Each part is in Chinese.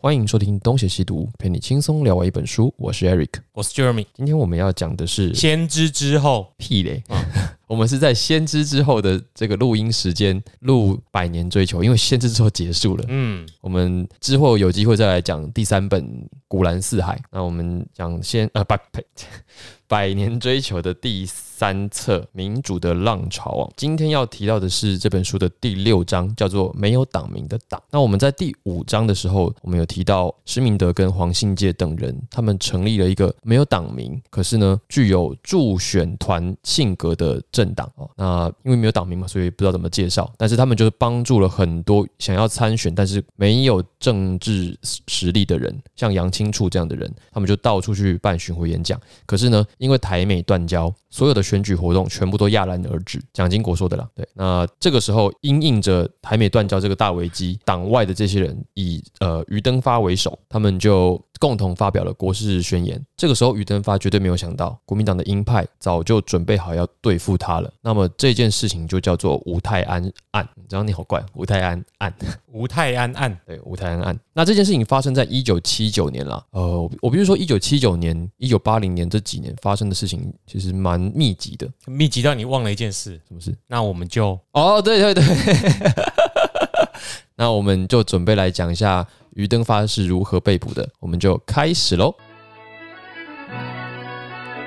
欢迎收听《东邪西毒》，陪你轻松聊完一本书。我是 Eric，我是 Jeremy。今天我们要讲的是先知之后，屁嘞！ 我们是在先知之后的这个录音时间录《百年追求》，因为先知之后结束了。嗯，我们之后有机会再来讲第三本《古兰四海》。那我们讲先呃百百百年追求的第三册《民主的浪潮》啊。今天要提到的是这本书的第六章，叫做“没有党名的党”。那我们在第五章的时候，我们有提到施明德跟黄信介等人，他们成立了一个没有党名，可是呢具有助选团性格的政党哦。那因为没有党名嘛，所以不知道怎么介绍，但是他们就是帮助了很多想要参选但是没有政治实力的人，像杨清处这样的人，他们就到处去办巡回演讲。可是呢，因为台美断交，所有的选举活动全部都戛然而止。蒋经国说的啦，对。那这个时候，因应着台美断交这个大危机，党外的这些人以呃于登发为首，他们就共同发表了国事宣言。这个时候，于登发绝对没有想到，国民党的鹰派早就准备好要对付他了。那么这件事情就叫做吴泰安案。你知道你好怪，吴泰安案。吴泰安案，对，吴泰安案。那这件事情发生在一九七九年啦，呃，我我必须说，一九七九年、一九八零年这几年发生的事情，其实蛮密集的。密集到你忘了一件事，什么事？那我们就哦，对对 对。那我们就准备来讲一下于登发是如何被捕的，我们就开始喽。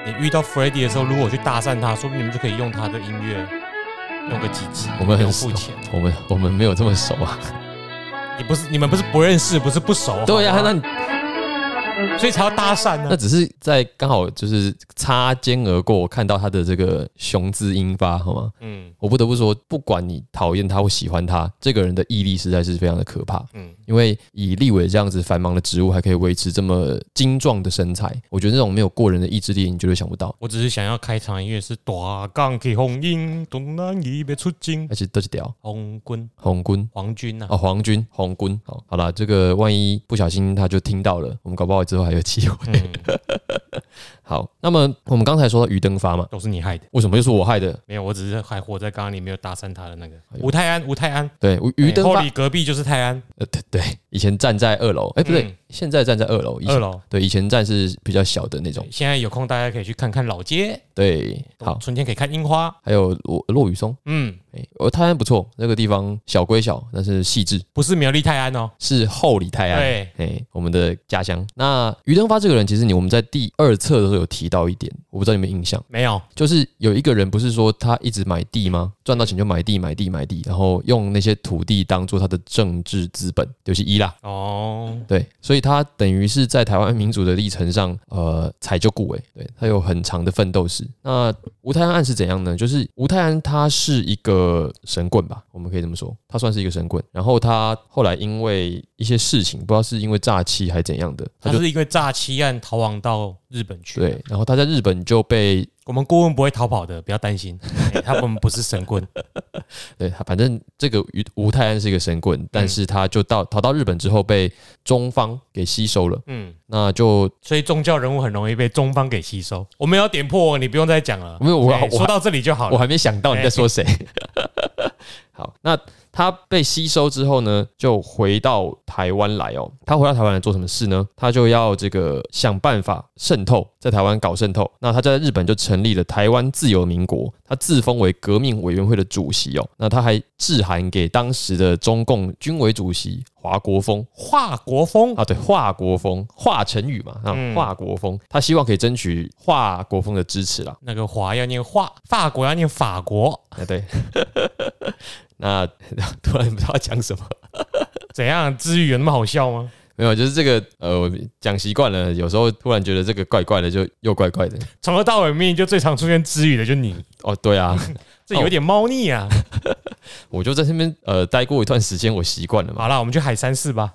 你遇到 f r e d d y 的时候，如果我去搭讪他，说不定你们就可以用他的音乐弄个几集，我们不很用付钱。我们我们没有这么熟啊。你不是你们不是不认识，不是不熟，对呀、好那吗你所以才要搭讪呢、那只是在刚好就是擦肩而过，看到他的这个雄姿英发，好吗？嗯我不得不说，不管你讨厌他或喜欢他，这个人的毅力实在是非常的可怕。嗯，因为以立委这样子繁忙的职务，还可以维持这么精壮的身材，我觉得这种没有过人的意志力，你绝对想不到。我只是想要开场音乐是大钢铁红鹰，东南一别出京，而且都是屌红军红军皇军啊呐、哦，黄军红军。哦好，好了，这个万一不小心他就听到了，我们搞不好之后还有机会。嗯，好，那么我们刚才说到于登发嘛，都是你害的。为什么又是我害的？没有，我只是还活在刚刚你没有搭讪他的那个哎呦吴泰安，吴泰安，对，于登后发里，隔壁就是泰安，呃，对对，以前站在二楼，哎，不对嗯，现在站在二楼，以前二楼。对，以前站是比较小的那种。现在有空大家可以去看看老街，对，好，春天可以看樱花。还有落落雨松，嗯，哎，呃，泰安不错，那个地方小归小，但是细致，不是苗栗泰安哦，是后里泰安。对，哎、我们的家乡。那于登发这个人，其实你我们在第二册的时候有提到一点，我不知道你们有没有印象，没有，就是有一个人不是说他一直买地吗？赚到钱就买地、买地、买地，然后用那些土地当做他的政治资本，就是一啦。哦，对，所以他等于是在台湾民主的历程上，呃，采就顾伟，对他有很长的奋斗史。那吴泰安案是怎样呢？就是吴泰安他是一个神棍吧，我们可以这么说，他算是一个神棍。然后他后来因为一些事情，不知道是因为诈欺还是怎样的，他他就是因为诈欺案逃亡到日本去。，对，然后他在日本就被我们顾问不会逃跑的，不要 担心，哎他们不是神棍。对他，反正这个于吴泰安是一个神棍，嗯但是他就到逃到日本之后被中方给吸收了，嗯，那就所以宗教人物很容易被中方给吸收。我们要点破，你不用再讲了。没有我哎我说到这里就好我了。哎还没想到你在说谁。 好，那他被吸收之后呢，就回到台湾来哦。他回到台湾来做什么事呢？他就要这个想办法渗透，在台湾搞渗透。那他在日本就成立了台湾自由民国，他自封为革命委员会的主席哦。那他还致函给当时的中共军委主席华国锋，华国锋，啊，对，华国锋，华晨宇嘛，啊，嗯华国锋，他希望可以争取华国锋的支持啦。那个华要念华，法国要念法国， 啊，对，那 突然不知道讲什么，怎样？至于有那么好笑吗？ 没有，就是这个呃，我讲习惯了，有时候突然觉得这个怪怪的，就 又怪怪的。从头到尾命就最常出现之语的就你，哦，对啊，这有点猫腻啊。 我就在那边呃待过一段时间，我习惯了嘛。好啦，我们去海山寺吧。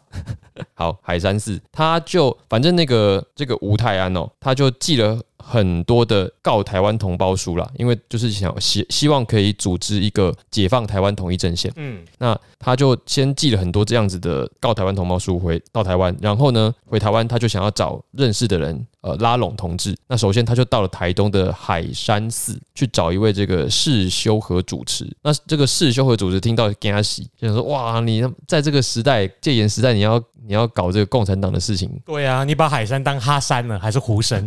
好，海山寺，他就反正那个这个吴泰安哦，他就寄了很多的告台湾同胞书啦，因为就是想希希望可以组织一个解放台湾统一阵线。嗯，那他就先寄了很多这样子的告台湾同胞书回到台湾，然后呢，回台湾他就想要找认识的人呃拉拢同志。那首先他就到了台东的海山寺去找一位这个释修和主持。那这个释修和主持听到跟他洗，就想说哇，你在这个时代戒严时代，你要你要搞这个共产党的事情，对啊，你把海山当哈山了，还是湖神？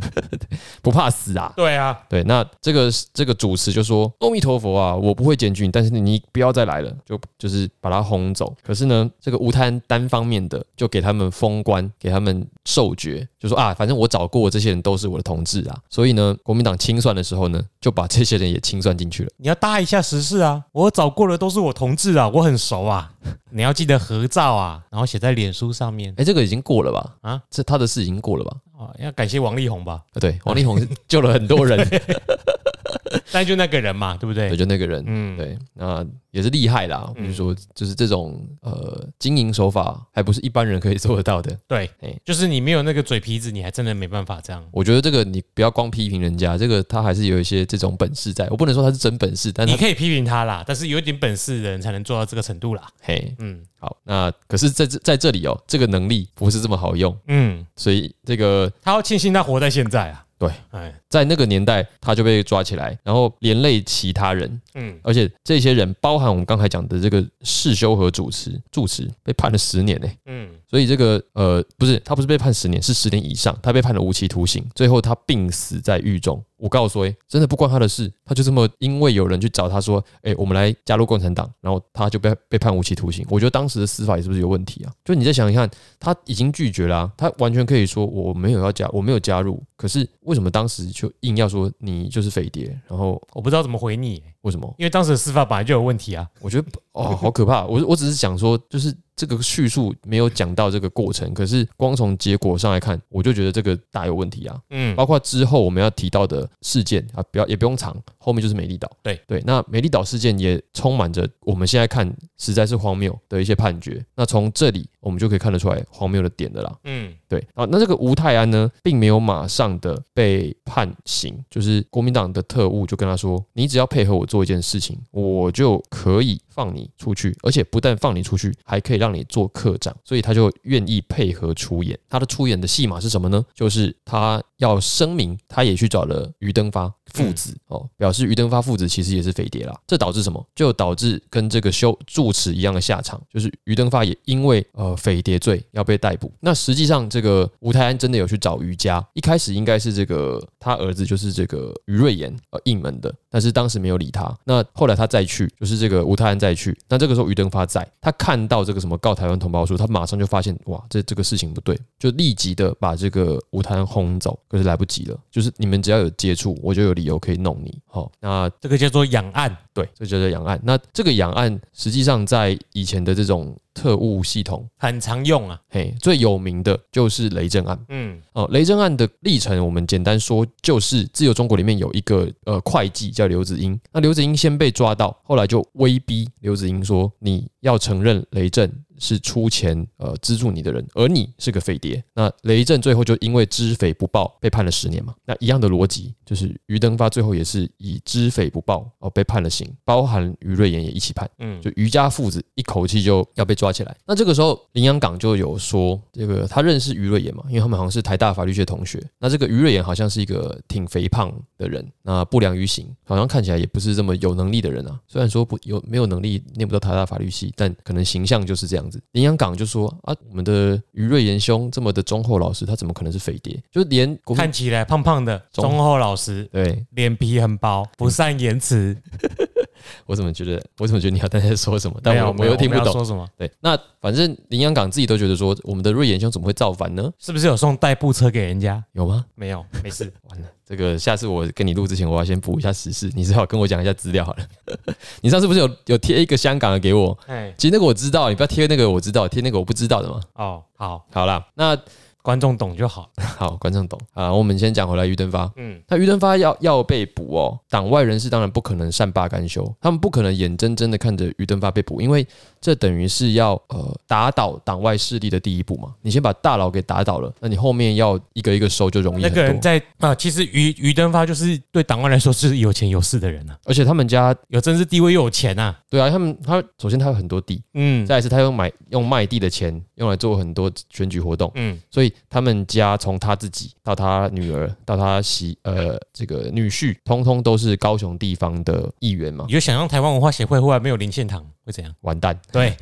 不怕死啊！ 对啊，对，那这个这个主持就说：“阿弥陀佛啊，我不会检举你，但是你不要再来了，就就是把他轰走。”可是呢，这个吴滩单方面的就给他们封官，给他们授爵，就说啊，反正我找过的这些人都是我的同志啊。所以呢，国民党清算的时候呢，就把这些人也清算进去了。你要搭一下时事啊！我找过的都是我同志啊，我很熟啊。你要记得合照啊，然后写在脸书上面哎，这个已经过了吧？啊啊，这他的事已经过了吧？啊。要感谢王力宏吧，啊，对，王力宏救了很多 人，但就那个人嘛，对不对，对？就那个人，嗯，对，那也是厉害啦。比如说，就是这种呃经营手法，还不是一般人可以做得到的。对哎，就是你没有那个嘴皮子，你还真的没办法这样。我觉得这个你不要光批评人家，这个他还是有一些这种本事在。我不能说他是真本事，但你他可以批评他啦，但是有一点本事的人才能做到这个程度啦。嘿嗯好，那可是在这在这里哦，这个能力不是这么好用，嗯，所以这个他要庆幸他活在现在啊。对，哎，在那个年代他就被抓起来，然后连累其他人，嗯，而且这些人包含我们刚才讲的这个世修和主持住持被判了十年呢、嗯，所以这个呃不是他不是被判十年，是十年以上，他被判了无期徒刑，最后他病死在狱中。我告诉你，真的不关他的事，他就这么因为有人去找他说，哎、我们来加入共产党，然后他就被被判无期徒刑。我觉得当时的司法也是不是有问题啊？就你再想一看，他已经拒绝啦、啊他完全可以说我没有要加，我没有加入，可是为什么当时就硬要说你就是匪谍？然后我不知道怎么回你、为什么？因为当时的司法本来就有问题啊。我觉得哦，好可怕！我我只是想说，就是这个叙述没有讲到这个过程，可是光从结果上来看，我就觉得这个大有问题啊。嗯，包括之后我们要提到的事件啊，不要也不用藏，后面就是美丽岛。对对，那美丽岛事件也充满着我们现在看实在是荒谬的一些判决。那从这里我们就可以看得出来荒谬的点的啦。嗯，对啊，那这个吴泰安呢，并没有马上的被判刑，就是国民党的特务就跟他说，你只要配合我做一件事情，我就可以放你出去，而且不但放你出去，还可以让你做科长，所以他就愿意配合出演。他的出演的戏码是什么呢？就是他要声明，他也去找了于登发父子、哦，表示于登发父子其实也是匪谍啦。这导致什么？就导致跟这个修住持一样的下场，就是于登发也因为呃匪谍罪要被逮捕。那实际上，这个吴泰安真的有去找于家，一开始应该是这个他儿子就是这个于瑞妍呃应门的，但是当时没有理他。那后来他再去，就是这个吴泰安再去，那这个时候于登发在，他看到这个什么告台湾同胞书，他马上就发现哇，这这个事情不对，就立即的把这个吴泰安轰走，可是来不及了，就是你们只要有接触，我就有理由可以弄你。好，那这个叫做养案。对，这就叫做养案。那这个养案实际上在以前的这种特务系统，很常用啊。嘿，最有名的就是雷震案嗯哦。雷震案的历程，我们简单说，就是自由中国里面有一个呃会计叫刘子英，那刘子英先被抓到，后来就威逼刘子英说，你要承认雷震。是出钱呃资助你的人，而你是个匪谍。那雷震最后就因为知匪不报被判了十年嘛。那一样的逻辑，就是于登发最后也是以知匪不报哦被判了刑，包含于瑞妍也一起判。嗯，就于家父子一口气就要被抓起来。那这个时候，林洋港就有说，这个他认识于瑞妍嘛，因为他们好像是台大法律系的同学。那这个于瑞妍好像是一个挺肥胖的人，那不良于行，好像看起来也不是这么有能力的人啊。虽然说不有没有能力念不到台大法律系，但可能形象就是这样子。林洋港就说啊，我们的于瑞妍兄这么的忠厚老实，他怎么可能是匪谍？就连国民看起来胖胖的，中忠厚老实，对脸皮很薄，不善言辞。我怎么觉得，我怎么觉得你要在说什么？但没有我没我有又听不们要懂。说什么，对，那反正林洋港自己都觉得说，我们的瑞妍兄怎么会造反呢？是不是有送代步车给人家？有吗？没有，没 事。完了，这个下次我跟你录之前，我要先补一下时事。你最好跟我讲一下资料好了。 你上次不是有有贴一个香港的给我？哎，其实那个我知道，你不要贴那个我知道，贴那个我不知道的嘛。哦，好，好啦，那观众懂就好。 好，观众懂啊。我们先讲回来于登发，嗯，那于登发要要被捕哦，党外人士当然不可能善罢甘休，他们不可能眼睁睁的看着于登发被捕，因为这等于是要呃打倒党外势力的第一步嘛。你先把大佬给打倒了，那你后面要一个一个收就容易那很个人多。在啊、其实于于登发就是对党外来说是有钱有势的人啊，而且他们家有政治地位又有钱啊。对啊，他们他首先他有很多地，嗯再来是他用买用卖地的钱用来做很多选举活动，嗯，所以他们家从他自己到他女儿到他媳呃这个女婿，通通都是高雄地方的议员嘛你，就想象台湾文化协会忽然没有林献堂会怎样？完蛋。对，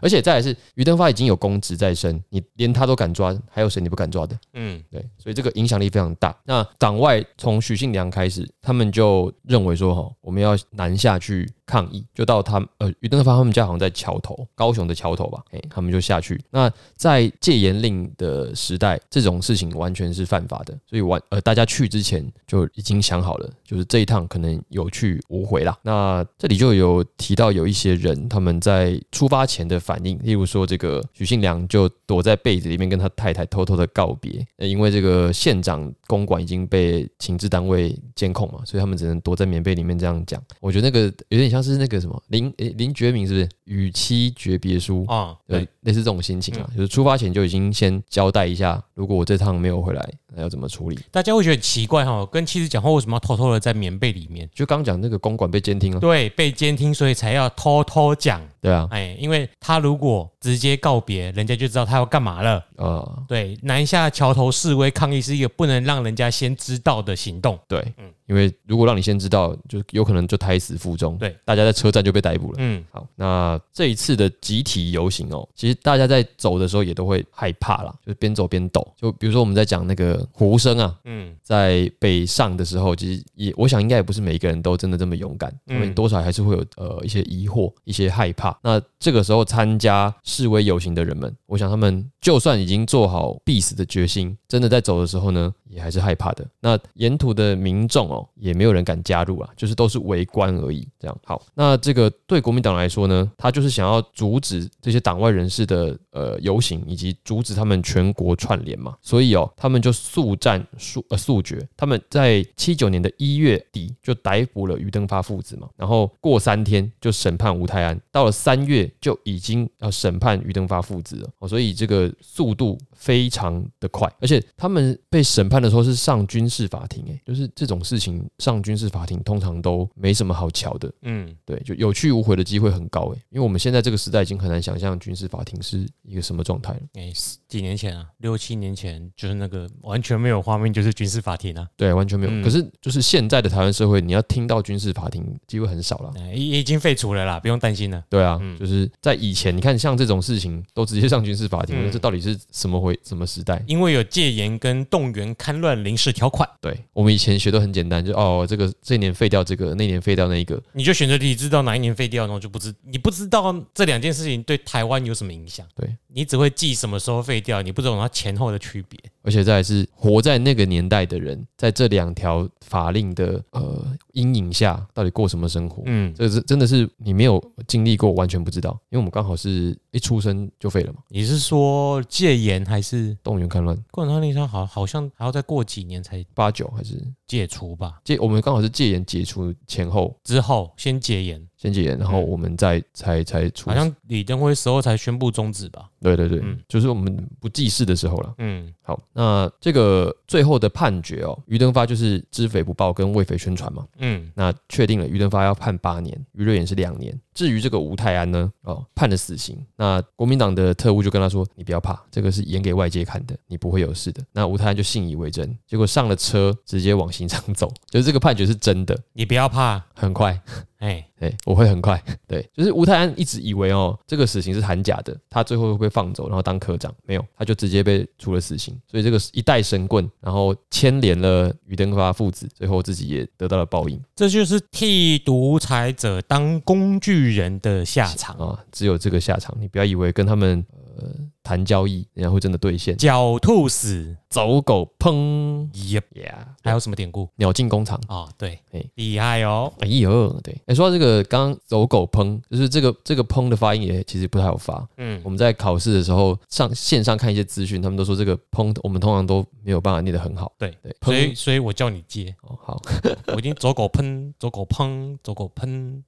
而且再来是于登发已经有公职在身，你连他都敢抓，还有谁你不敢抓的？嗯，对，所以这个影响力非常大。那党外从许信良开始，他们就认为说，哈，我们要南下去抗议，就到他们呃于登发他们家好像在桥头，高雄的桥头吧，哎、他们就下去。那在戒严令的时代，这种事情完全是犯法的，所以完呃大家去之前就已经想好了，就是这一趟可能有去无回啦。那这里就有提到有一些人他们在出发前的反应，例如说这个许信良就躲在被子里面跟他太太偷偷的告别，呃因为这个县长公馆已经被情治单位监控嘛，所以他们只能躲在棉被里面这样讲。我觉得那个有点像是那个什么林诶林觉民是不是《与妻诀别书》哦，对对，，嗯类似这种心情啊，就是出发前就已经先交代一下，如果我这趟没有回来，那要怎么处理？大家会觉得很奇怪哈、跟妻子讲话为什么要偷偷的在棉被里面？就刚讲那个公馆被监听了，对，被监听，所以才要偷偷讲。对啊，哎，因为他如果直接告别，人家就知道他要干嘛了。呃，对，南下桥头示威抗议是一个不能让人家先知道的行动。对嗯，因为如果让你先知道，就有可能就胎死腹中，对，大家在车站就被逮捕了。嗯，好，那这一次的集体游行哦，其实大家在走的时候也都会害怕啦，就是边走边抖。就比如说我们在讲那个胡生啊，嗯，在北上的时候，其实也我想应该也不是每一个人都真的这么勇敢，他嗯们多少还是会有呃一些疑惑、一些害怕。那这个时候参加示威游行的人们，我想他们就算已经做好必死的决心，真的在走的时候呢，也还是害怕的。那沿途的民众哦，也没有人敢加入啊，就是都是围观而已。这样好，那这个对国民党来说呢，他就是想要阻止这些党外人士的呃游行，以及阻止他们全国串联嘛。所以哦，他们就速战速呃速决。他们在七九年的一月底就逮捕了于登发父子嘛，然后过三天就审判吴泰安，到了三月就已经要审判于登发父子了。哦，所以这个速度非常的快，而且他们被审判的时候是上军事法庭，诶，就是这种事情上军事法庭通常都没什么好瞧的。嗯，对，就有去无回的机会很高诶，因为我们现在这个时代已经很难想象军事法庭是一个什么状态了。哎、几年前啊，六七年前，就是那个完全没有画面，就是军事法庭啊，对，完全没有。嗯可是就是现在的台湾社会，你要听到军事法庭机会很少了。哎已、已经废除了啦，不用担心了。对啊，嗯就是在以前，你看像这种事情都直接上军事法庭，嗯我觉得这到底是什么回什么时代？因为有戒严跟动员戡乱临时条款，对我们以前学都很简单，就哦，这个这年废掉这个，那年废掉那一个，你就选择题知道哪一年废掉，然后就不知你不知道这两件事情对台湾有什么影响，对你只会记什么时候废掉，你不懂它前后的区别。而且再来是活在那个年代的人，在这两条法令的呃阴影下，到底过什么生活？嗯，这是真的是你没有经历过，完全不知道，因为我们刚好是一出生就废了嘛，你是说戒严还是动员戡乱共产党上好好像还要再过几年才八九还是解除吧？戒，我们刚好是戒严解除前后之后先戒严，先戒严，然后嗯我们再才才出好像李登辉时候才宣布终止吧？对对对，嗯就是我们不记事的时候了。嗯好，那这个最后的判决哦，于登发就是知匪不报跟为匪宣传嘛，嗯那确定了于登发要判八年，于瑞妍是两年。至于这个吴泰安呢，哦，判了死刑。那国民党的特务就跟他说：“你不要怕，这个是演给外界看的，你不会有事的。”那吴泰安就信以为真，结果上了车，直接往刑场 走。就是这个判决是真的，你不要怕，很快。哎，对，我会很快。 对，就是吴泰安一直以为哦，这个死刑是含假的，他最后会被放走，然后当科长，没有，他就直接被处了死刑。所以这个是一代神棍，然后牵连了于登发父子，最后自己也得到了报应这就是替独裁者当工具人的下场。啊！只有这个下场，你不要以为跟他们呃谈交易，人家会真的兑现。狡兔死，走狗烹也呀，还有什么典故鸟进工厂。哦？对哎，厉害哦，哎呦，对，哎、说到这个，刚刚走狗烹，就是这个这个烹的发音也其实不太好发。嗯我，们在考试的时候上线上看一些资讯，他们都说这个烹，我们通常都没有办法念得很好。对，对，所以烹所以我叫你接，哦好，我已经走狗喷， 走狗砰，走狗喷，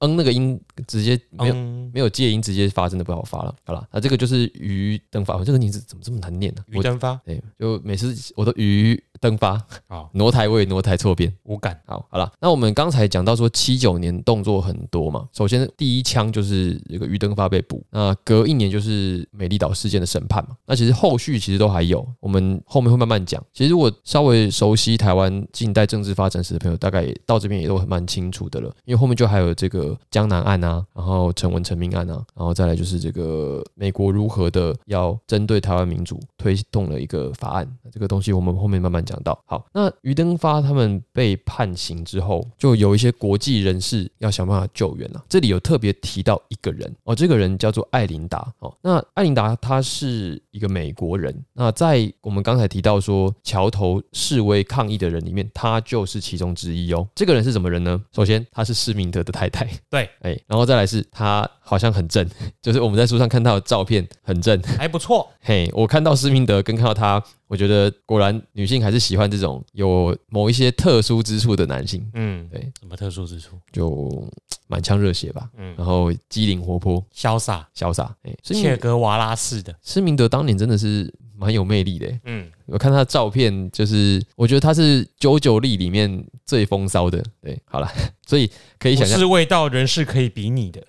嗯那个音直接没有、嗯，没有介音，直接发真的不好发了。好了，那啊这个就是鱼灯发，我这个名字怎么这么难念呢、啊于我登发，对，就每次我都鱼灯发，好，挪台位挪台错边。无感，好，好了，那我们刚才讲到说七九年动作很多嘛，首先第一枪就是这个于登发被捕，那隔一年就是美丽岛事件的审判嘛，那其实后续其实都还有，我们后面会慢慢讲。其实我稍微熟悉台湾近代政治发展史的朋友，大概也到这边也都很蛮清楚的了，因为后面就还有这个江南案啊，然后陈文成命案啊，然后再来就是这个美国如何的要针对台湾民主推动了一个法案，这个东西我们后面慢慢讲到。好，那于登发他们被判刑之后，就有一些国际人士要想办法救援了、啊这里有特别提到一个人哦，这个人叫做艾琳达哦。那艾琳达她是一个美国人，那在我们刚才提到说桥头示威抗议的人里面，她就是其中之一哦。这个人是什么人呢？首先，她是施明德的太太，对，哎，然后再来是她好像很正， 就是我们在书上看到的照片很正，还不错，嘿，我看到施明德跟看到他，我觉得果然女性还是喜欢这种有某一些特殊之处的男性，嗯，对，什么特殊之处？就满腔热血吧，嗯然，后机灵活泼、潇洒，潇洒。哎，施切明格瓦拉式的，施明德当年真的是蛮有魅力的，嗯，我看他的照片，就是我觉得他是九九力里面最风骚的。对，好了，所以可以我想象。是味道人是可以比拟的，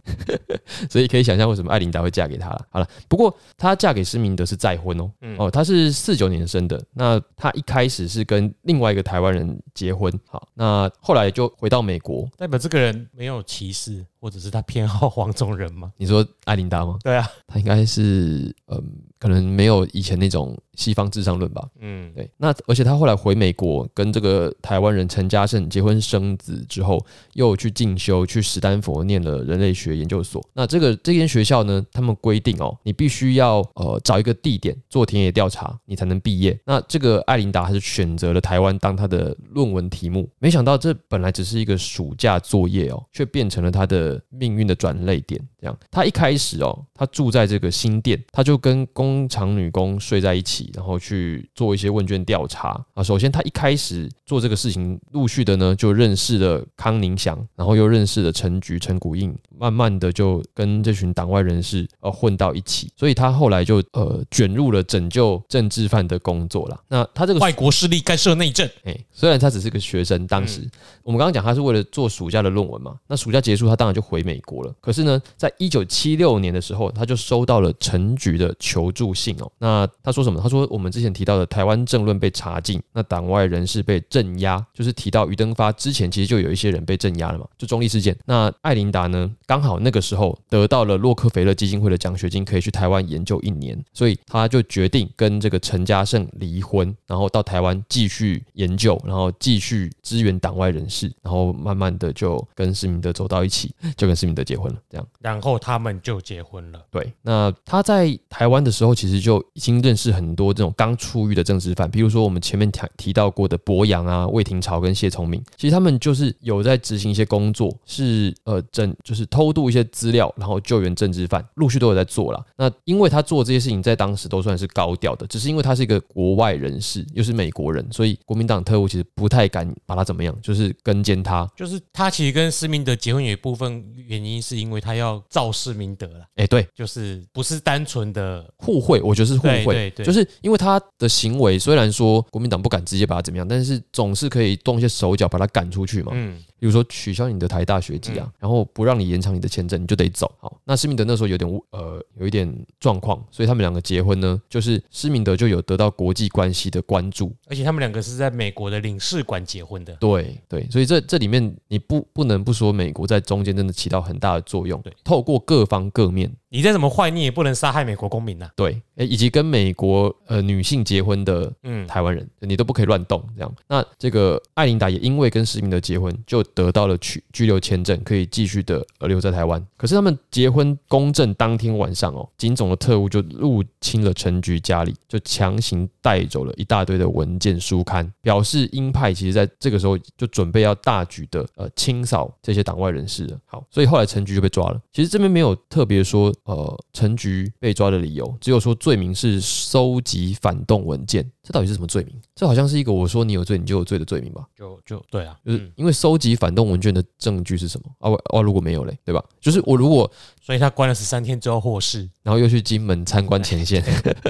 所以可以想象为什么艾琳达会嫁给他了。好了，不过她嫁给施明德是再婚哦，嗯哦，她是四九年生的，那她一开始是跟另外一个台湾人结婚，好，那后来就回到美国。代表这个人没有歧视，或者是他偏好黄种人 吗？你说艾琳达吗？对啊，她应该是，嗯，可能没有以前那种西方至上论吧。嗯，对，那而且她后来回美国，跟这个台湾人陈嘉胜结婚生子之后，又去进修，去史丹佛念了人类学研究所。那这个这间学校呢，他们规定哦，你必须要呃找一个地点做田野调查，你才能毕业。那这个艾琳达还是选择了台湾当她的论文题目，没想到这本来只是一个暑假作业哦，却变成了她的命运的转泪点。这样，她一开始哦，她住在这个新店，她就跟工厂女工睡在一起，然后去做一些问卷调查啊。首先，她一开始做这个事情，陆续的呢就认识了康宁祥，然后又认识了陈菊、陈谷印，慢慢的就跟这群党外人士呃混到一起，所以他后来就呃卷入了拯救政治犯的工作啦。那他这个外国势力干涉内政，哎、虽然他只是个学生，当时、我们刚刚讲他是为了做暑假的论文嘛，那暑假结束他当然就回美国了。可是呢，在一九七六年的时候，他就收到了陈局的求助信哦。那他说什么？他说我们之前提到的台湾政论被查禁，那党外人士被镇压，就是提到于登发之前其实就有一些人被镇压了嘛，就中立事件。那艾琳达呢，刚好那个时候得到了洛克菲勒基金会的奖学金，可以去台湾研究一年，所以他就决定跟这个陈嘉胜离婚，然后到台湾继续研究，然后继续支援党外人士，然后慢慢的就跟施明德走到一起，就跟施明德结婚了，这样。然后他们就结婚了。对，那他在台湾的时候，其实就已经认识很多这种刚出狱的政治犯，比如说我们前面提提到过的博洋啊、魏廷朝跟谢聪明，其实他们就是有在执行一些工作，是呃整就是偷渡一些资料，然后救援政治犯，陆续都有在做啦。那因为他做这些事情在当时都算是高调的，只是因为他是一个国外人士，又是美国人，所以国民党特务其实不太敢把他怎么样，就是跟监他。就是他其实跟施明德结婚有一部分原因是因为他要造施明德啦，哎，对，就是不是单纯的互惠，我觉得是互惠，对对对就是因为他的行为，虽然说国民党不敢直接把他怎么样，但是总是可以动一些手脚把他赶出去嘛。嗯比如说取消你的台大学籍啊，然后不让你延长你的签证，你就得走。好，那施明德那时候有点呃有一点状况，所以他们两个结婚呢，就是施明德就有得到国际关系的关注，而且他们两个是在美国的领事馆结婚的，对对，所以这这里面你不不能不说美国在中间真的起到很大的作用对，透过各方各面你再怎么坏，你也不能杀害美国公民呐、对，诶以及跟美国呃女性结婚的嗯，台湾人，你都不可以乱动这样。那这个艾琳达也因为跟施明德结婚，就得到了去居留签证，可以继续的留在台湾。可是他们结婚公证当天晚上哦，警总的特务就入侵了陈菊家里，就强行带走了一大堆的文件书刊，表示鹰派其实在这个时候就准备要大举的呃清扫这些党外人士了。好，所以后来陈菊就被抓了。其实这边没有特别说呃陈菊被抓的理由，只有说罪名是收集反动文件。这到底是什么罪名？这好像是一个我说你有罪你就有罪的罪名吧？就就对啊，就是嗯，因为收集反动文件的证据是什么啊？我啊，如果没有嘞，对吧？就是我如果所以他关了十三天之后获释，然后又去金门参观前线，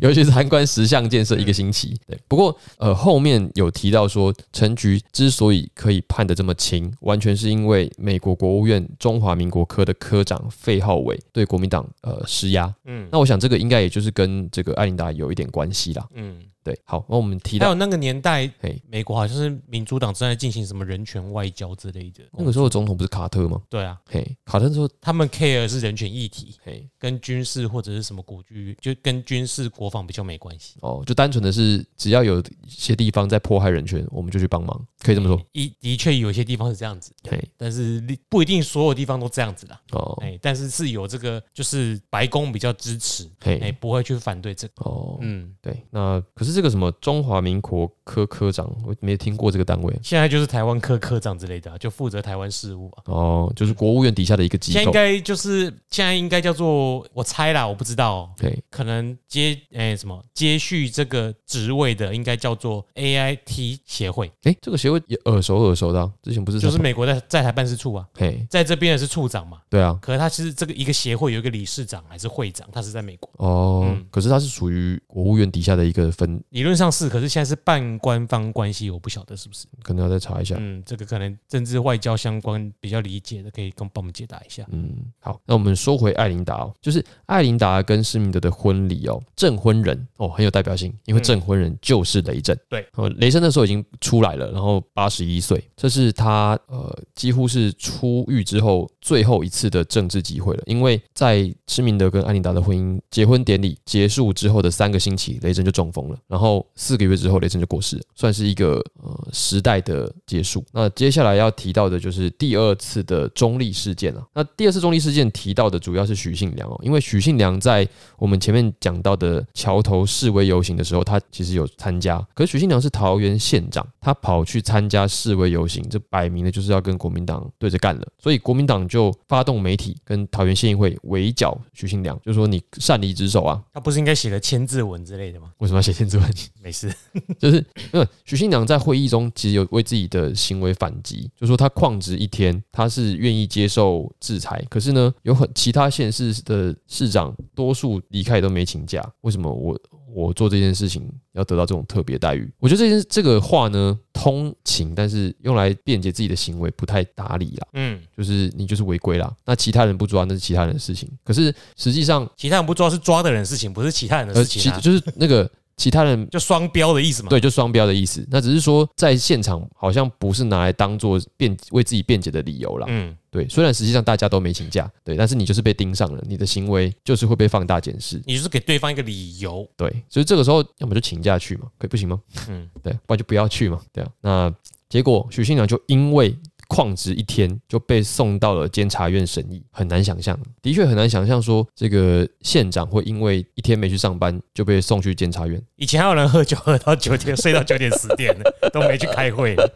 尤其是参观石像建设一个星期。对，不过呃后面有提到说，陈菊之所以可以判得这么轻，完全是因为美国国务院中华民国科的科长费浩伟对国民党呃施压。嗯那我想这个应该也就是跟这个艾琳达有一点关系啦。嗯，对，好，那我们提还到有那个年代嘿，美国好像是民主党正在进行什么人权外交之类的，那个时候总统不是卡特吗？对啊，嘿，卡特说他们 care 的是人权议题，嘿。跟军事或者是什么国军，就跟军事国防比较没关系。哦，就单纯的是只要有一些地方在迫害人权，我们就去帮忙，可以这么说。一的确有些地方是这样子，嘿，但是不一定所有地方都这样子啦。哦，哎、但是是有这个，就是白宫比较支持，哎、嘿，不会去反对这个。哦，嗯，对，那可是这个什么中华民国科科长，我没听过这个单位。现在就是台湾科科长之类的啊、就负责台湾事务啊。哦，就是国务院底下的一个机现在应构。该就是现在应该叫做我猜啦，我不知道哦、嘿，可能接哎、什么接续这个职位的，应该叫做 AIT 协会，哎，这个协会也耳熟耳熟的啊、之前不是就是才美国在在台办事处啊，嘿，在这边的是处长嘛，对啊，可是他其实这个一个协会有一个理事长还是会长，他是在美国，哦，嗯可是它是属于国务院底下的一个分，理论上是，可是现在是半官方关系，我不晓得是不是。可能要再查一下。嗯，这个可能政治外交相关比较理解的，可以跟帮我们解答一下。嗯，好，那我们说回艾琳达哦，就是艾琳达跟施明德的婚礼哦，证婚人哦很有代表性，因为嗯证婚人就是雷震。对哦，雷震那时候已经出来了，然后八十一岁，这是他呃几乎是出狱之后最后一次的政治集会了，因为在施明德跟艾琳达的婚姻结婚典礼结束之后的三个星期，雷震就中风了，然后四个月之后雷震就过世了，算是一个呃时代的结束。那接下来要提到的就是第二次的中立事件了、啊那第二次中立事件提到的主要是许信良哦，因为许信良在我们前面讲到的桥头示威游行的时候，他其实有参加。可是许信良是桃园县长，他跑去参加示威游行，这摆明了就是要跟国民党对着干了。所以国民党就发动媒体跟桃园县议会围剿许信良，就说你擅离职守啊，他不是应该写了千字文之类的吗？为什么要写千字文？没事，就是没有许信良在会议中其实有为自己的行为反击，就说他旷职一天，他是愿意接受制裁，可是呢，有很其他县市的市长多数离开也都没请假，为什么我我做这件事情要得到这种特别待遇？我觉得这件这个话呢通情，但是用来辩解自己的行为不太打理啦。 嗯，就是你就是违规啦，那其他人不抓那是其他人 的事情，可是实际上其他人不抓是抓的人的事情，不是其他人的呃事情其啊，就是那个其他人就双标的意思嘛。对，就双标的意思。那只是说在现场好像不是拿来当做辩为自己辩解的理由啦。嗯，对，虽然实际上大家都没请假，对，但是你就是被盯上了，你的行为就是会被放大检视。你就是给对方一个理由。对，所以这个时候要么就请假去嘛，可以不行吗？嗯，对，不然就不要去嘛。对啊，那结果许信良就因为旷职一天就被送到了监察院审议，很难想象，的确很难想象说这个县长会因为一天没去上班就被送去监察院。以前还有人喝酒喝到九点，睡到九点十点的， 都没去开会。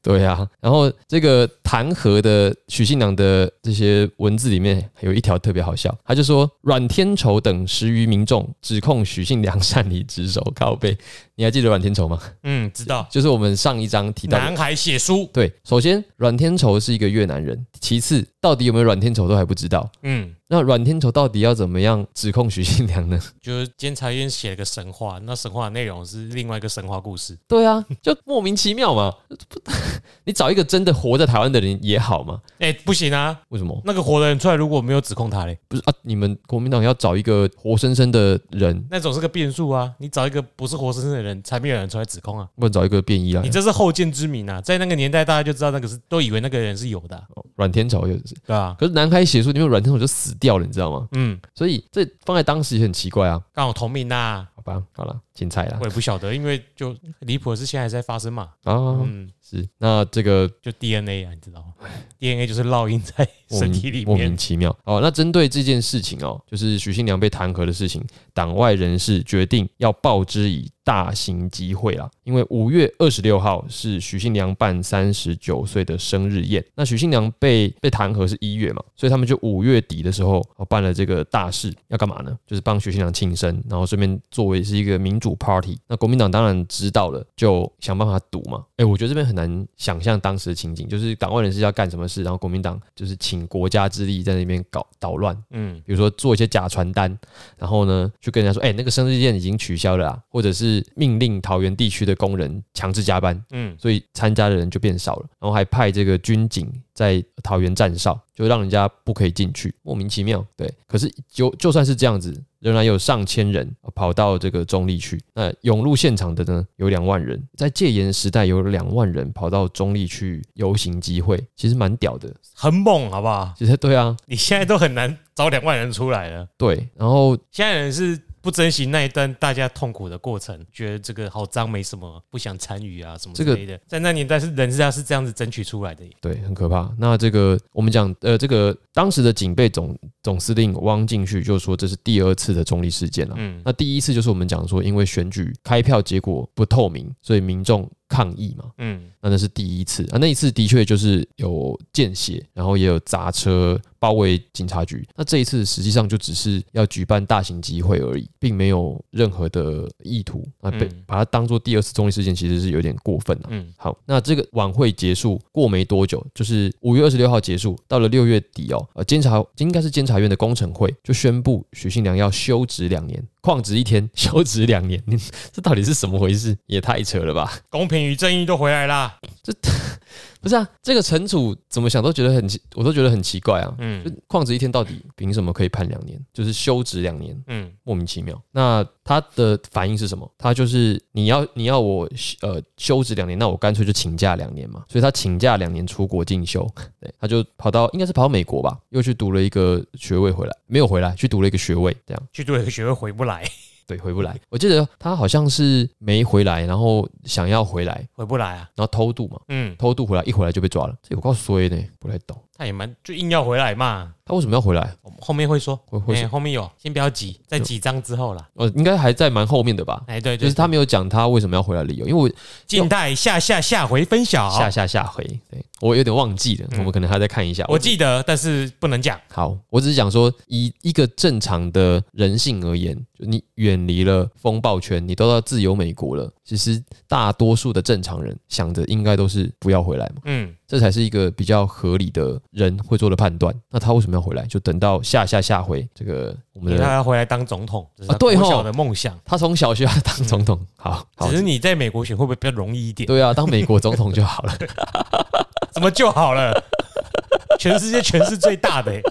对啊，然后这个弹劾的许信良的这些文字里面有一条特别好笑，他就说阮天仇等十余民众指控许信良擅离职守，靠背，你还记得阮天仇 吗？嗯，知道。就是我们上一章提到的。男孩写书，对，首先阮天仇是一个越南人，其次到底有没有阮天仇都还不知道。嗯，那阮天仇到底要怎么样指控许信良呢？就是监察院写了个神话，那神话的内容是另外一个神话故事。 对啊， 就莫名其妙嘛。不 你找一个真的活在台湾的人也好嘛？哎，不行啊，为什么？那个活的人出来如果没有指控他嘞，不是啊，你们国民党要找一个活生生的人，那种是个变数啊。你找一个不是活生生的人，才没有人出来指控啊。不能找一个便衣来你。这是后见之明啊，在那个年代，大家就知道那个是都以为那个人是有的啊、阮天朝就是，对啊，可是南开写书里面阮天朝就死掉了，你知道吗？嗯，所以这放在当时也很奇怪啊。刚好同命呐、好吧，好了，芹菜啦我也不晓得，因为就离谱的事现在还在发生嘛。啊，嗯，是那这个就 DNA 啊，你知道吗？DNA 就是烙印在莫身名体里莫名面。其妙。哦，那针对这件事情哦，就是许信良被弹劾的事情，党外人士决定要报之以大型集会啦。因为五月二十六号是许信良办三十九岁的生日宴，那许信良被被弹劾是一月嘛，所以他们就五月底的时候、哦、办了这个大事，要干嘛呢？就是帮许信良庆生，然后顺便作为是一个民主 party。那国民党当然知道了，就想办法堵嘛。哎、我觉得这边很难想象当时的情景，就是党外人士要干什么事，然后国民党就是请国家之力在那边搞捣乱，嗯，比如说做一些假传单，然后呢去跟人家说，哎、那个生日宴已经取消了啊，或者是命令桃园地区的工人强制加班，嗯，所以参加的人就变少了，然后还派这个军警在桃园站哨，就让人家不可以进去，莫名其妙。对，可是就就算是这样子，仍然有上千人呃跑到这个中立去。那涌入现场的呢，有两万人，在戒严时代有两万人跑到中立去游行集会，其实蛮屌的。很猛，好不好？其实对啊，你现在都很难找两万人出来了。对，然后现在人是不珍惜那一段大家痛苦的过程，觉得这个好脏，没什么，不想参与啊，什么之这个类的。在那年代是人家是这样子争取出来的耶。对，很可怕。那这个我们讲，呃，这个当时的警备总总司令汪进旭就说，这是第二次的中立事件了。嗯那第一次就是我们讲说，因为选举开票结果不透明，所以民众抗议嘛。嗯，那那是第一次啊，那一次的确就是有见血，然后也有砸车包围警察局。那这一次实际上就只是要举办大型集会而已，并没有任何的意图啊，被嗯把它当做第二次中立事件，其实是有点过分了、嗯好，那这个晚会结束过没多久，就是五月二十六号结束，到了六月底哦，呃，监察应该是监察院的工程会就宣布许信良要休职两年，旷职一天， 休职两年，这到底是什么回事？也太扯了吧！ 公平与正义都回来啦。不是啊，这个惩处怎么想都觉得很奇，我都觉得很奇怪啊。就嗯旷职一天到底凭什么可以判两年？就是休职两年，嗯莫名其妙。那他的反应是什么？他就是你要你要我呃休职两年，那我干脆就请假两年嘛。所以他请假两年出国进修，对，他就跑到应该是跑到美国吧，又去读了一个学位回来，没有回来，去读了一个学位，这样去读一个学位回不来，对，回不来。我记得他好像是没回来，然后想要回来，回不来啊。然后偷渡嘛，嗯，偷渡回来一回来就被抓了，这有够衰呢，不太懂他也蛮就硬要回来嘛。他为什么要回来。我们后面会说，会会哎、是后面有，先不要急，在几章之后啦。呃，应该还在蛮后面的吧？哎、对就对是他没有讲他为什么要回来的理由，因为我静待下下下回分晓。下下下回，对我有点忘记了，嗯我们可能还再看一下。我记得，但是不能讲。好，我只是想说，以一个正常的人性而言，就你远离了风暴圈，你都到自由美国了，其实大多数的正常人想着应该都是不要回来嘛，嗯，这才是一个比较合理的人会做的判断。那他为什么要回来？就等到下下下回这个我因们为的他要回来当总统，这是啊他对国吼小的梦想。他从小学要当总统，好好只。是你在美国选会不会比较容易一点？对啊，当美国总统就好 了。怎么就好 了？全世界权是最大的、欸，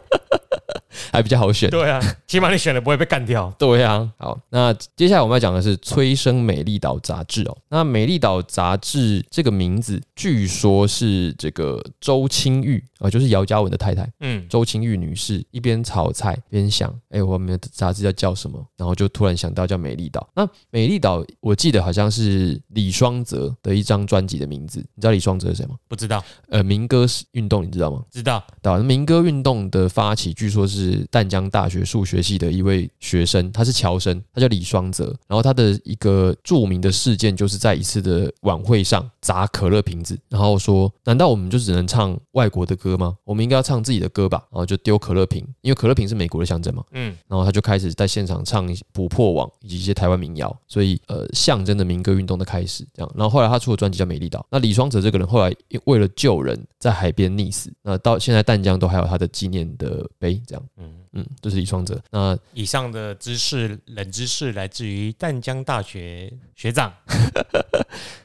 还比较好选。对啊，起码你选了不会被干掉。对啊，好，那接下来我们要讲的是催生美丽岛杂志哦。那美丽岛杂志这个名字，据说是这个周清玉啊、就是姚嘉文的太太嗯，周清玉女士，一边炒菜边想，哎、我们的杂志要叫什么？然后就突然想到叫美丽岛。那美丽岛，我记得好像是李双泽的一张专辑的名字。你知道李双泽是谁吗？不知道，呃，民歌运动，你知道吗？知道，对啊，民歌运动的发起，据说是淡江大学数学系的一位学生，他是侨生，他叫李双泽。然后他的一个著名的事件，就是在一次的晚会上砸可乐瓶子，然后说：“难道我们就只能唱外国的歌吗？我们应该要唱自己的歌吧？”然后就丢可乐瓶，因为可乐瓶是美国的象征嘛。嗯然后他就开始在现场唱《捕破网》以及一些台湾民谣，所以呃，象征着民歌运动的开始。这样，然后后来他出了专辑叫《美丽岛》。那李双泽这个人后来为了救人，在海边溺死，那到现在淡江都还有他的纪念的碑。这样，嗯。嗯，这、是李双泽。那以上的知识冷知识来自于淡江大学学长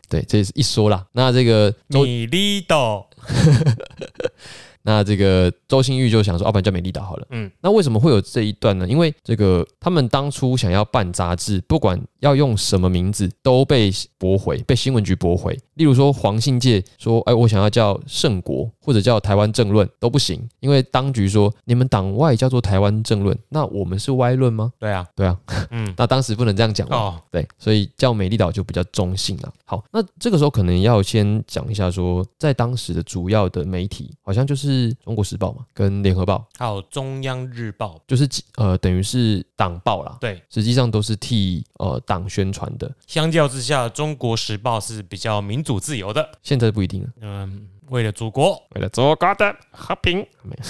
对，这也是一说啦。那这个周米利斗，那这个周星玉就想说，啊，不然叫美丽岛好了。嗯嗯，那为什么会有这一段呢？因为这个他们当初想要办杂志，不管要用什么名字，都被驳回，被新闻局驳回。例如说黄信介说，哎，我想要叫圣国或者叫台湾政论都不行，因为当局说你们党外叫做台湾政论，那我们是歪论吗？对啊，对啊，嗯，那当时不能这样讲嘛哦，对，所以叫美丽岛就比较中性了。好，那这个时候可能要先讲一下说在当时的主要的媒体好像就是《中国时报》嘛，跟《联合报》，还有中央日报，就是呃，等于是党报啦。对，实际上都是替呃党宣传的，相较之下，中国时报是比较民主自由的，现在不一定了。嗯，为了祖国，为了祖国的和平，没有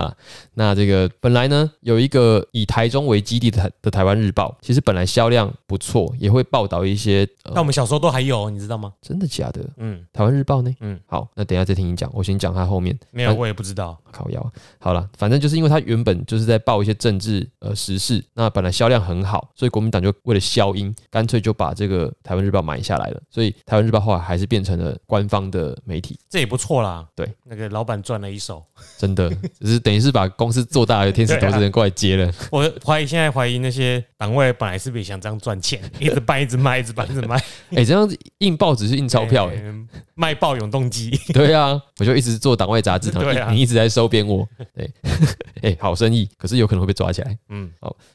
啊。那这个本来呢，有一个以台中为基地的台的台湾日报，其实本来销量不错，也会报道一些。但我呃、们小时候都还有，你知道吗？真的假的？嗯，台湾日报呢？嗯嗯，好，那等一下再听你讲，我先讲它后面。没有，但我也不知道，靠腰啊，好了，反正就是因为他原本就是在报一些政治呃时事，那本来销量很好，所以国民党就为了消音，干脆就把这个台湾日报买下来了，所以台湾日报后来还是变成了官方的媒体，这也不错啦。对，那个老板赚了一手，真的，只是等于是把公司做大了，天使投资人过来接了，我怀疑现在怀疑那些党外本来是不是也想这样赚钱， 一直办，一直卖，一直办，一直 卖，哎、这样子印报纸是印钞票、欸，嗯卖爆永动机， 对啊，我就一直做党外杂志，然后对啊你你一直在收编我，对， 哎、好生意，可是有可能会被抓起来。嗯，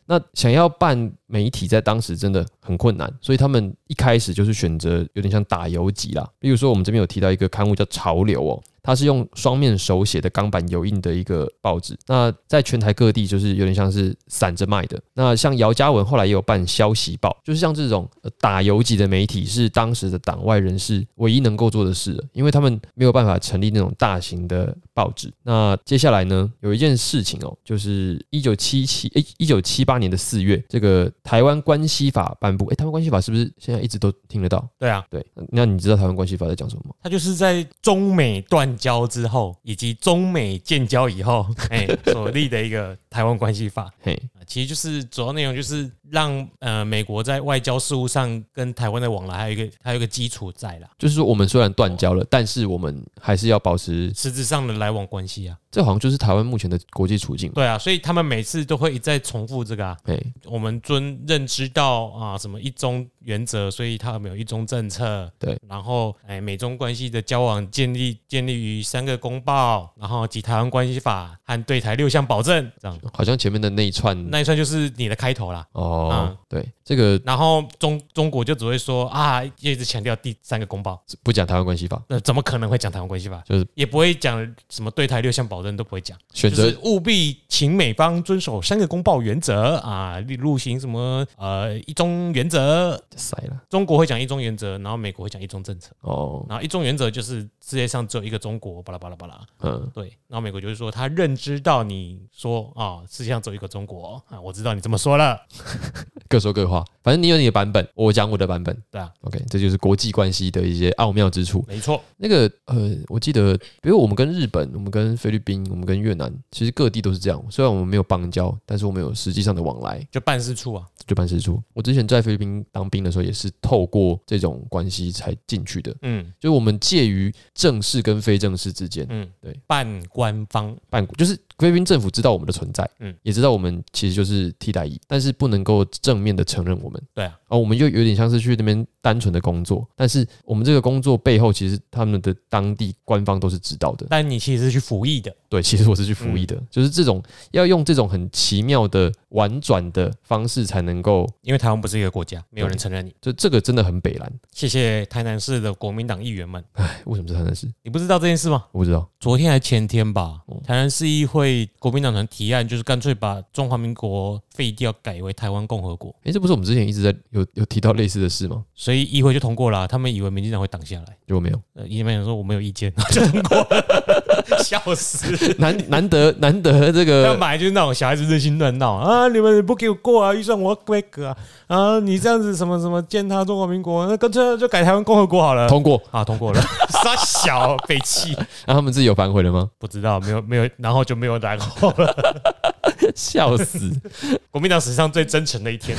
那想要办媒体，在当时真的很困难，所以他们一开始就是选择有点像打游击啦。比如说，我们这边有提到一个刊物叫《潮流》哦，它是用双面手写的钢板油印的一个报纸。那在全台各地就是有点像是散着卖的。那像姚嘉文后来也有办《消息报》，就是像这种呃打游击的媒体，是当时的党外人士唯一能够做的事了，因为他们没有办法成立那种大型的报纸。那接下来呢，有一件事情哦，就是一九七七诶，一九七八年的四月，这个台湾关系法颁布。诶，台湾关系法是不是现在一直都听得到？对啊，对，那你知道台湾关系法在讲什么吗？他就是在中美断交之后，以及中美建交以后，哎、所立的一个台湾关系法。嘿，啊其实就是主要内容就是让呃美国在外交事务上跟台湾的往来，还有一个还有一个基础在啦，就是说我们虽然断交了，但是我们还是要保持，实质上的来往关系啊。这好像就是台湾目前的国际处境嘛。对啊，所以他们每次都会一再重复这个啊，嘿，我们尊认知到啊什么一中原则，所以他们有一中政策。对，然后哎，美中关系的交往建立建立于三个公报，然后及台湾关系法和对台六项保证，这样好像前面的那一串那一串就是你的开头啦。哦嗯，对，这个然后中中国就只会说啊，一直强调第三个公报，不讲台湾关系法，那、怎么可能会讲台湾关系法？就是也不会讲什么对台六项保证都不会讲，选就择是务必请美方遵守三个公报原则啊，例如行什么呃一中原则，塞了中国会讲一中原则，然后美国会讲一中政策，哦，然后一中原则就是世界上只有一个中国，巴拉巴拉巴拉。嗯，对，然后美国就是说他认知到你说啊、世界上只有一个中国啊，我知道你这么说了，各说各话，反正你有你的版本，我讲我的版本。对啊， OK，这就是国际关系的一些奥妙之处。没错，那个呃，我记得，比如我们跟日本、我们跟菲律宾、我们跟越南，其实各地都是这样。虽然我们没有邦交，但是我们有实际上的往来，就办事处啊，就办事处。我之前在菲律宾当兵的时候，也是透过这种关系才进去的，嗯就是我们介于正式跟非正式之间。嗯，对，办官方办过，就是菲律宾政府知道我们的存在，嗯嗯，也知道我们其实就是替代役，但是不能够正面的承认我们。对啊，哦，我们就有点像是去那边单纯的工作，但是我们这个工作背后，其实他们的当地官方都是知道的。但你其实是去服役的，对，其实我是去服役的， 就是这种要用这种很奇妙的婉转的方式才能够，因为台湾不是一个国家，没有人承认你。就这个真的很北蓝。谢谢台南市的国民党议员们，哎，为什么是台南市？你不知道这件事吗？哦我不知道。昨天还前天吧嗯，台南市议会国民党团提案，就是干脆把中华民国废掉，改为台湾共和国，哎，这不是我们之前一直在有有提到类似的事吗？所以议会就通过了啊。他们以为民进党会挡下来，结果没有，呃，议员想说我没有意见， 然后就通过了，,笑 死。难难得难得这 要个买就是那种小孩子任性乱闹啊！你们不给我过啊，预算我要规格啊！啊，你这样子什么什么践踏中华民国，那干脆就改台湾共和国好了。通过，啊，通 过了，傻小北气，那、他们自己有反悔了吗？不知道，没有没有，然后就没有然后 了。笑死，国民党史上最真诚的一天，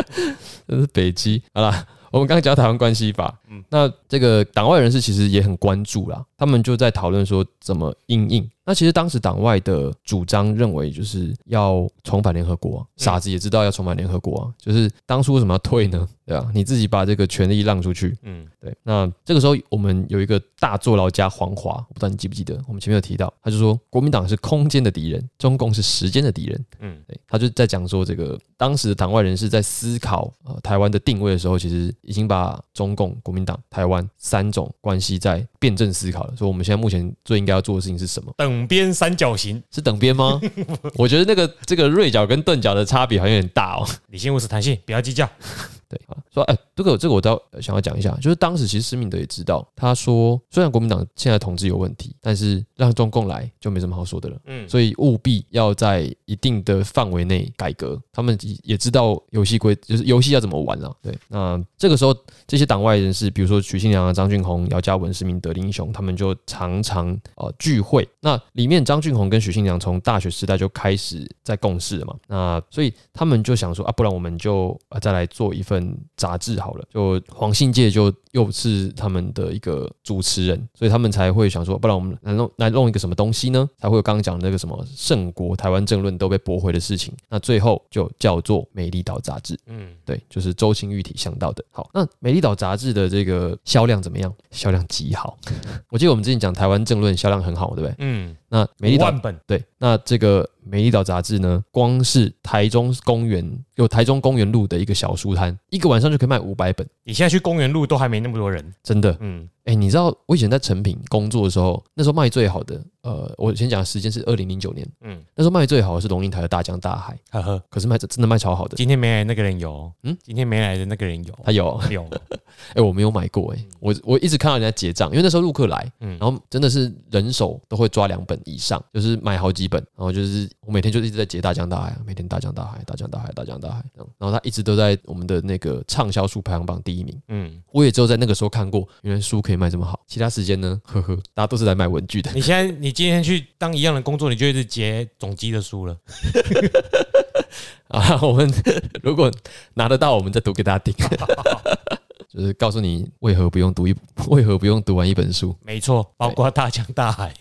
这是北基。好啦，我们刚刚讲到台湾关系法，嗯那这个党外人士其实也很关注啦，他们就在讨论说怎么应应。那其实当时党外的主张认为就是要重返联合国、啊，傻子也知道要重返联合国啊，就是当初为什么要退呢？对啊，你自己把这个权利让出去，嗯，对，那这个时候我们有一个大坐牢家黄华，我不知道你记不记得，我们前面有提到，他就说国民党是空间的敌人，中共是时间的敌人。嗯嗯，对，他就在讲说这个当时的党外人士在思考呃台湾的定位的时候，其实已经把中共、国民党、台湾三种关系在辩证思考了，说我们现在目前最应该要做的事情是什么？等边三角形，是等边吗？ 我觉得那个这个锐角跟钝角的差别好像有点大哦。理性务实弹性，不要计较。对啊，说哎、这个这个我倒呃想要讲一下，就是当时其实施明德也知道，他说虽然国民党现在统治有问题，但是让中共来就没什么好说的了。嗯，所以务必要在一定的范围内改革。他们也知道游戏规，就是游戏要怎么玩啊。对，那这个时候这些党外人士，比如说许信良啊、张俊宏、姚嘉文、施明德、林英雄，他们就常常呃聚会。那里面张俊宏跟许信良从大学时代就开始在共事了嘛。那所以他们就想说啊，不然我们就呃再来做一份杂志好了。就黄信介就又是他们的一个主持人，所以他们才会想说，不然我们来弄来弄一个什么东西呢？才会有刚刚讲的那个什么圣国台湾政论都被驳回的事情。那最后就叫做《美丽岛杂志》。嗯，对，就是周清玉体想到的。好，那《美丽岛》杂志的这个销量怎么样？销量极好。 我记得我们之前讲台湾政论销量很好，对不对？嗯，那《美丽五岛》万本，对，那这个《美丽岛》杂志呢，光是台中公园有台中公园路的一个小书摊，一个晚上就可以卖五百本，你现在去公园路都还没那么多人。真的。嗯，哎、你知道我以前在成品工作的时候，那时候卖最好的，呃，我先讲的时间是二零零九年，嗯嗯，那时候卖最好的是龙应台的《大江大海》，呵呵，可是卖真的卖超好的，今天没来那个人有，嗯嗯，今天没来的那个人有，他有。有，哎、我没有买过哎、我我一直看到人家结账，因为那时候陆客来，嗯嗯，然后真的是人手都会抓两本以上，就是买好几本，然后就是我每天就一直在结大江大海，每天大江大海，大江大海，大江大海这样，然后他一直都在我们的那个畅销书排行榜第一名。嗯，我也只有在那个时候看过，原来书可以卖这么好，其他时间呢，呵呵，大家都是来买文具的。你现在你今天去当一样的工作，你就一直截总机的书了。啊，我们如果拿得到，我们再读给大家听。 就是告诉你为何不用读一，为何不用读完一本书。没错，包括大江大海。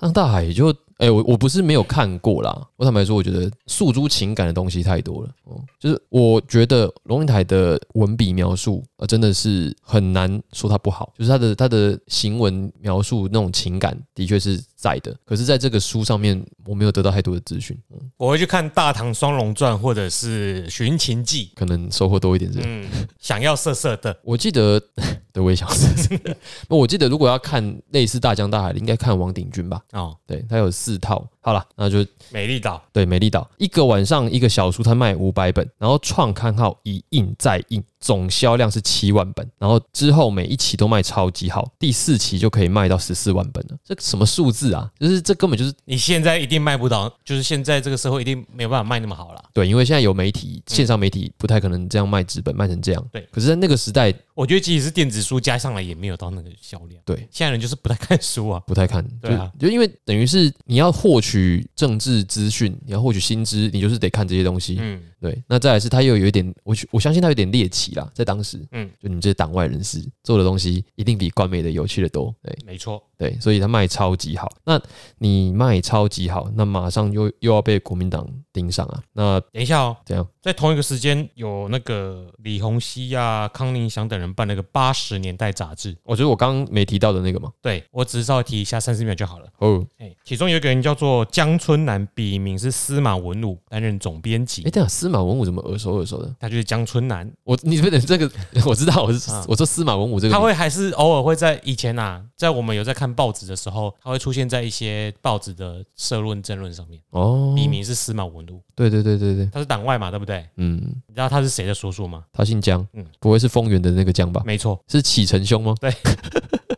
上大海也就，哎、我我不是没有看过啦。我坦白说，我觉得诉诸情感的东西太多了。哦，就是我觉得龙应台的文笔描述，呃，真的是很难说它不好。就是他的他的行文描述那种情感，的确是在的。可是，在这个书上面，我没有得到太多的资讯，嗯，我会去看《大唐双龙传》或者是《寻秦记可能收获多一点是》。嗯，想要色色的，我记得， 对，我也想试试。 不我记得，如果要看类似《大江大海》的，应该看王鼎钧吧？哦，对，他有四套。好了，那就美丽岛，对美丽岛一个晚上一个小书摊卖五百本，然后创刊号一印再印，总销量是七万本，然后之后每一期都卖超级好，第四期就可以卖到十四万本了。这什么数字啊？就是这根本就是你现在一定卖不到，就是现在这个社会一定没有办法卖那么好啦。对，因为现在有媒体，线上媒体不太可能这样卖纸本卖成这样。对可是，在那个时代我觉得即使是电子书加上来，也没有到那个销量。对，现在人就是不太看 书啊。不太看，对啊就就因为等于是你要获取政治资讯，你要获取新知，你就是得看这些东西。嗯，对，那再来是他又有一点，我去我相信他有点猎奇啦，在当时，嗯嗯，就你们这些党外人士做的东西，一定比官媒的有趣的多，对没错，对，所以他卖超级好。那你卖超级好，那马上又又要被国民党盯上啊，那等一下哦，怎样？在同一个时间有那个李洪熙啊、康宁祥等人办那个八十年代杂志，我觉得我刚刚没提到的那个嘛，对我只是稍微提一下三十秒就好了。哦，哎、其中有一个人叫做江春南，笔名是司马文武，担任总编辑哎，。等一下司马文武怎么耳熟耳熟的？他就是江春南，我你不等这个，我知道，我是、啊我说司马文武这个他名，会还是偶尔会在以前啊，在我们有在看报纸的时候，他会出现在一些报纸的社论、政论上面。哦，笔名是司马文武，对对对对对，他是党外嘛，对不对？嗯，你知道他是谁的叔叔吗？他姓江，嗯不会是丰原的那个江吧？没错，是启程兄吗？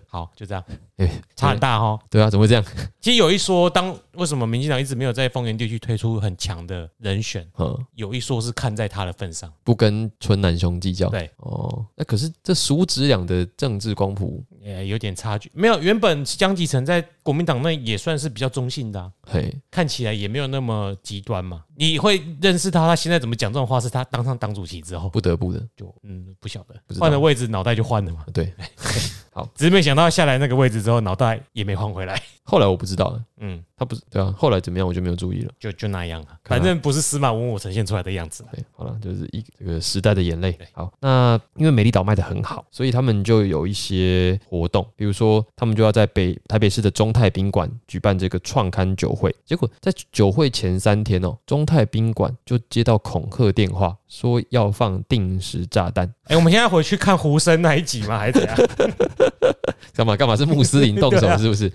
好，就这样，哎，差很大哈。对啊，怎么会这样？ 其实有一说，当为什么民进党一直没有在丰原地区推出很强的人选，嗯，有一说是看在他的份上。不跟春南兄计较。对哦，那可是这叔侄俩的政治光谱，哎、呃，有点差距。没有，原本江启臣在国民党内也算是比较中性的啊、嘿，看起来也没有那么极端嘛。你会认识他，他现在怎么讲这种话，是他当上党主席之后不得不的，就嗯不晓得不知道换了位置，脑袋就换了嘛。对。只是没想到下来那个位置之后，脑袋也没换回来。后来我不知道了，嗯，他不是对啊，后来怎么样我就没有注意了。就就那样啊，看来反正不是司马文武呈现出来的样子啊。对，好了，就是一这个时代的眼泪。好，那因为美丽岛卖的很好，所以他们就有一些活动，比如说他们就要在北台北市的中泰宾馆举办这个创刊酒会。结果在酒会前三天哦，中泰宾馆就接到恐吓电话，说要放定时炸弹。哎、我们现在回去看胡生那一集吗？还是怎 样？干嘛干嘛是穆斯林动手 对啊是不是？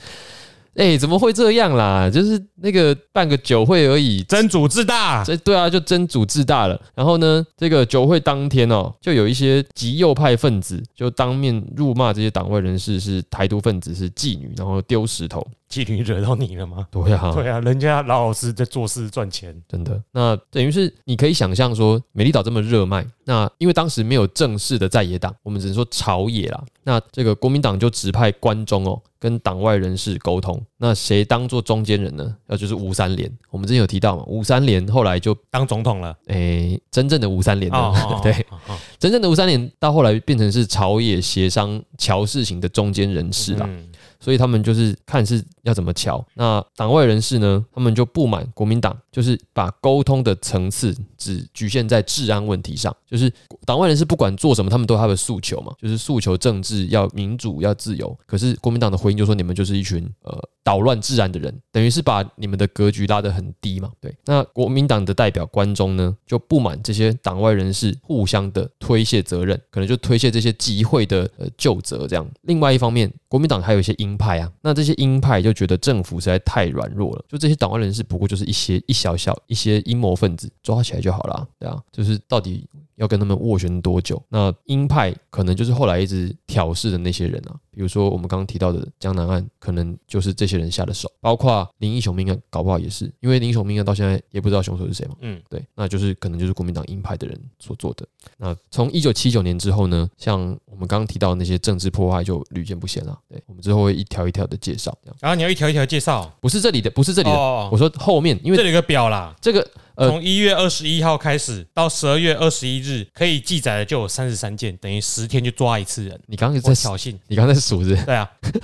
哎、怎么会这样啦？就是那个办个酒会而已，真主自大，这对啊，就真主自大了。然后呢，这个酒会当天哦，就有一些极右派分子就当面辱骂这些党外人士是台独分子、是妓女，然后丢石头。妓女惹到你了吗？对啊，对啊，人家老老实实在做事赚钱，真的。那等于是你可以想象说，美丽岛这么热卖，那因为当时没有正式的在野党，我们只能说朝野啦。那这个国民党就指派关中哦，跟党外人士沟通。那谁当做中间人呢？那就是吴三连。我们之前有提到嘛，吴三连后来就当总统了。诶、真正的吴三连呢，哦， 哦对，，哦哦真正的吴三连到后来变成是朝野协商乔事情的中间人士啦，嗯所以他们就是看是要怎么乔。那党外人士呢，他们就不满国民党，就是把沟通的层次只局限在治安问题上，就是党外人士不管做什么，他们都有他的诉求嘛，就是诉求政治要民主要自由。可是国民党的回应就说你们就是一群呃捣乱治安的人，等于是把你们的格局拉得很低嘛。对，那国民党的代表关中呢就不满这些党外人士互相的推卸责任，可能就推卸这些集会的呃旧责这样。另外一方面，国民党还有一些鹰派啊，那这些鹰派就觉得政府实在太软弱了，就这些党外人士不过就是一些一小小一些阴谋分子，抓起来就好了，对啊，就是到底要跟他们斡旋多久？那鹰派可能就是后来一直挑事的那些人啊，比如说我们刚刚提到的江南案，可能就是这些人下的手，包括林义雄命案，搞不好也是，因为林义雄命案到现在也不知道凶手是谁嘛。嗯，对，那就是可能就是国民党鹰派的人所做的。那从一九七九年之后呢，像我们刚刚提到的那些政治破坏就屡见不鲜了。对，我们之后会一条一条的介绍，这样然后你要一条一条介绍。不是这里的，不是这里的，哦，我说后面，因为这里有个表啦，这个呃从一月二十一号开始到十二月二十一日，可以记载的就有三十三件，等于十天就抓一次人。你刚刚我在数挑衅，你刚刚在数是不是对啊，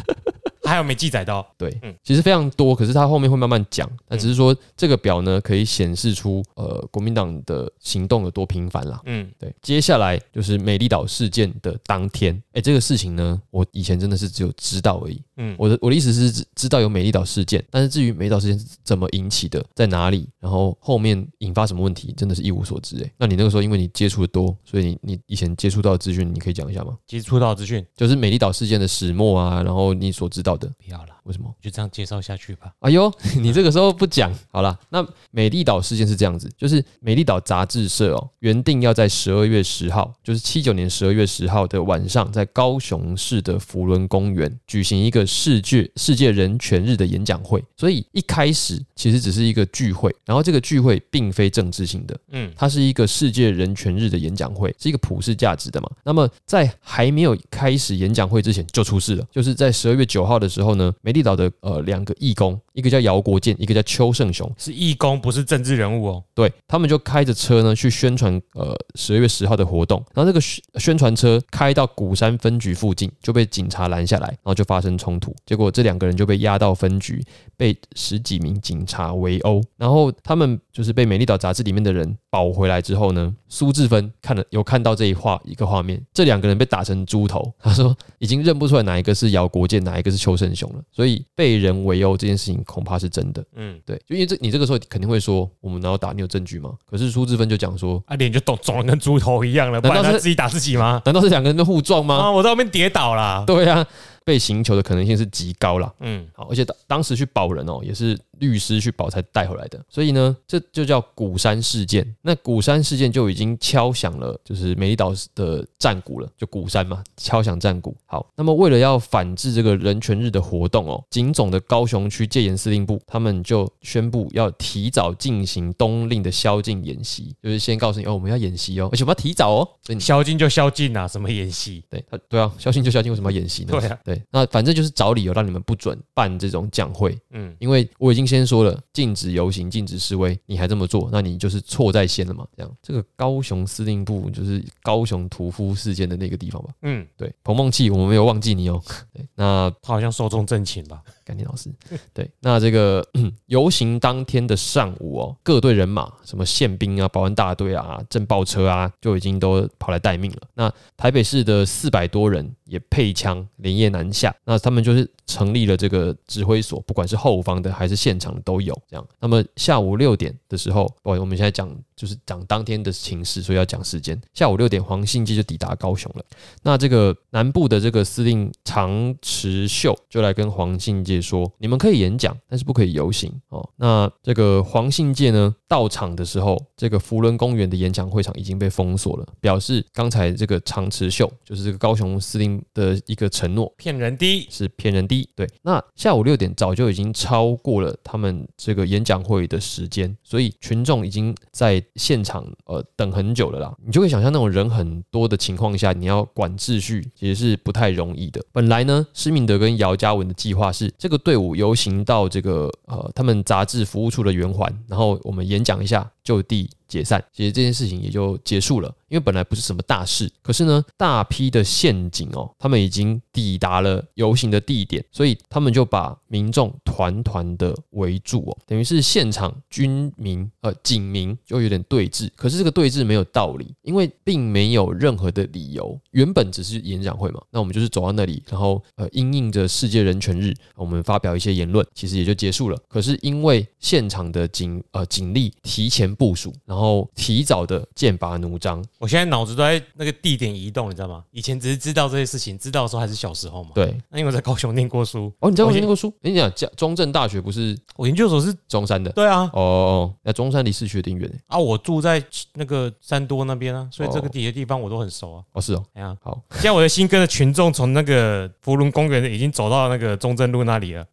还有没记载到？对，嗯其实非常多，可是它后面会慢慢讲。那嗯只是说这个表呢，可以显示出呃国民党的行动有多频繁啦。嗯，对，接下来就是美丽岛事件的当天，哎、这个事情呢，我以前真的是只有知道而已。嗯我的我的意思是知知道有美丽岛事件，但是至于美丽岛事件是怎么引起的，在哪里，然后后面引发什么问题，真的是一无所知。哎，那你那个时候因为你接触的多，所以你你以前接触到的资讯，你可以讲一下吗？接触到资讯，就是美丽岛事件的始末啊，然后你所知道的，不要啦，为什么？就这样介绍下去吧。哎呦， 你这个时候不讲好啦，那美丽岛事件是这样子，就是美丽岛杂志社哦，原定要在十二月十号，就是七九年十二月十号的晚上，在高雄市的福伦公园举行一个世界世界人权日的演讲会，所以一开始其实只是一个聚会，然后这个聚会并非政治性的，嗯，它是一个世界人权日的演讲会，是一个普世价值的嘛。那么在还没有开始演讲会之前就出事了，就是在十二月九号的时候呢，美丽岛的呃两个义工，一个叫姚国建，一个叫邱胜雄，是义工，不是政治人物哦。对他们就开着车呢去宣传呃十二月十号的活动，然后这个宣宣传车开到鼓山分局附近就被警察拦下来，然后就发生冲突，结果这两个人就被押到分局，被十几名警察围殴，然后他们就是被《美丽岛》杂志里面的人保回来之后呢，苏志芬看了有看到这一画一个画面，这两个人被打成猪头，他说已经认不出来哪一个是姚国建，哪一个是邱胜雄了，所以被人围殴这件事情恐怕是真的。嗯，对，就因为这你这个时候肯定会说，我们哪有打？你有证据吗？可是苏志芬就讲说，啊，脸就肿肿的跟猪头一样了，不难道然他是自己打自己吗？难道是两个人的互撞吗？ 啊，我在外面跌倒啦。对啊，被刑求的可能性是极高啦。嗯，好，而且当当时去保人哦，也是律师去保才带回来的。所以呢，这就叫鼓山事件。那鼓山事件就已经敲响了，就是美丽岛的战鼓了，就鼓山嘛，敲响战鼓。好，那么为了要反制这个人权日的活动哦，警总的高雄区戒严司令部他们就宣布要提早进行冬令的宵禁演习，就是先告诉你哦，我们要演习哦，而且我们要提早哦，所以你宵禁就宵禁啊，什么演戏？对他对啊，宵禁就宵禁，为什么要演习呢？对啊那反正就是找理由让你们不准办这种讲会，嗯，因为我已经先说了，禁止游行、禁止示威，你还这么做，那你就是错在先了嘛。这样，这个高雄司令部就是高雄屠夫事件的那个地方吧？嗯，对，彭梦琪，我们没有忘记你哦。 对，那他好像寿终正寝了。感念老师。对，那这个 嗯游行当天的上午哦，各队人马，什么宪兵啊、保安大队啊、震爆车啊，就已经都跑来待命了。那台北市的四百多人也配枪连夜南下，那他们就是成立了这个指挥所，不管是后方的还是现场的都有这样。那么下午六点的时候，不好意思，我们现在讲就是讲当天的情势，所以要讲时间。下午六点，黄信基就抵达高雄了。那这个南部的这个司令长池秀就来跟黄信介说：“你们可以演讲，但是不可以游行哦。”那这个黄信介呢，到场的时候，这个福伦公园的演讲会场已经被封锁了，表示刚才这个长池秀就是这个高雄司令的一个承诺，骗人的，是骗人的。对，那下午六点早就已经超过了他们这个演讲会的时间，所以群众已经在现场呃等很久了啦。你就可以想象那种人很多的情况下，你要管秩序其实是不太容易的。本来呢，施明德跟姚嘉文的计划是这个队伍游行到这个呃他们杂志服务处的圆环，然后我们演讲一下，就地解散，其实这件事情也就结束了，因为本来不是什么大事。可是呢，大批的陷阱哦，他们已经抵达了游行的地点，所以他们就把民众团团的围住哦，等于是现场军民呃警民就有点对峙。可是这个对峙没有道理，因为并没有任何的理由。原本只是演讲会嘛，那我们就是走到那里，然后呃，因应着世界人权日，我们发表一些言论，其实也就结束了。可是因为现场的警呃警力提前部署，然后提早的剑拔弩张，我现在脑子都在那个地点移动，你知道吗？以前只是知道这些事情，知道的时候还是小时候嘛。对。那因为我在高雄念过书，哦，你在我我念先过书？你讲中中正大学不是我研究所是中山的？对啊，哦哦，那中山离市区有点远欸啊，我住在那个山多那边啊，所以这哦个底的地方我都很熟啊。哦，是哦，哎呀，好，现在我的新跟的群众从那个福伦公园已经走到那个中正路那里了。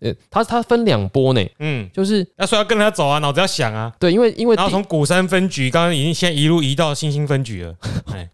呃，它它分两波呢，嗯，就是那所以要跟着他走啊，脑子要想啊。对，因为因为然后第从鼓山分局，刚刚已经先一路移到新兴分局了。哎，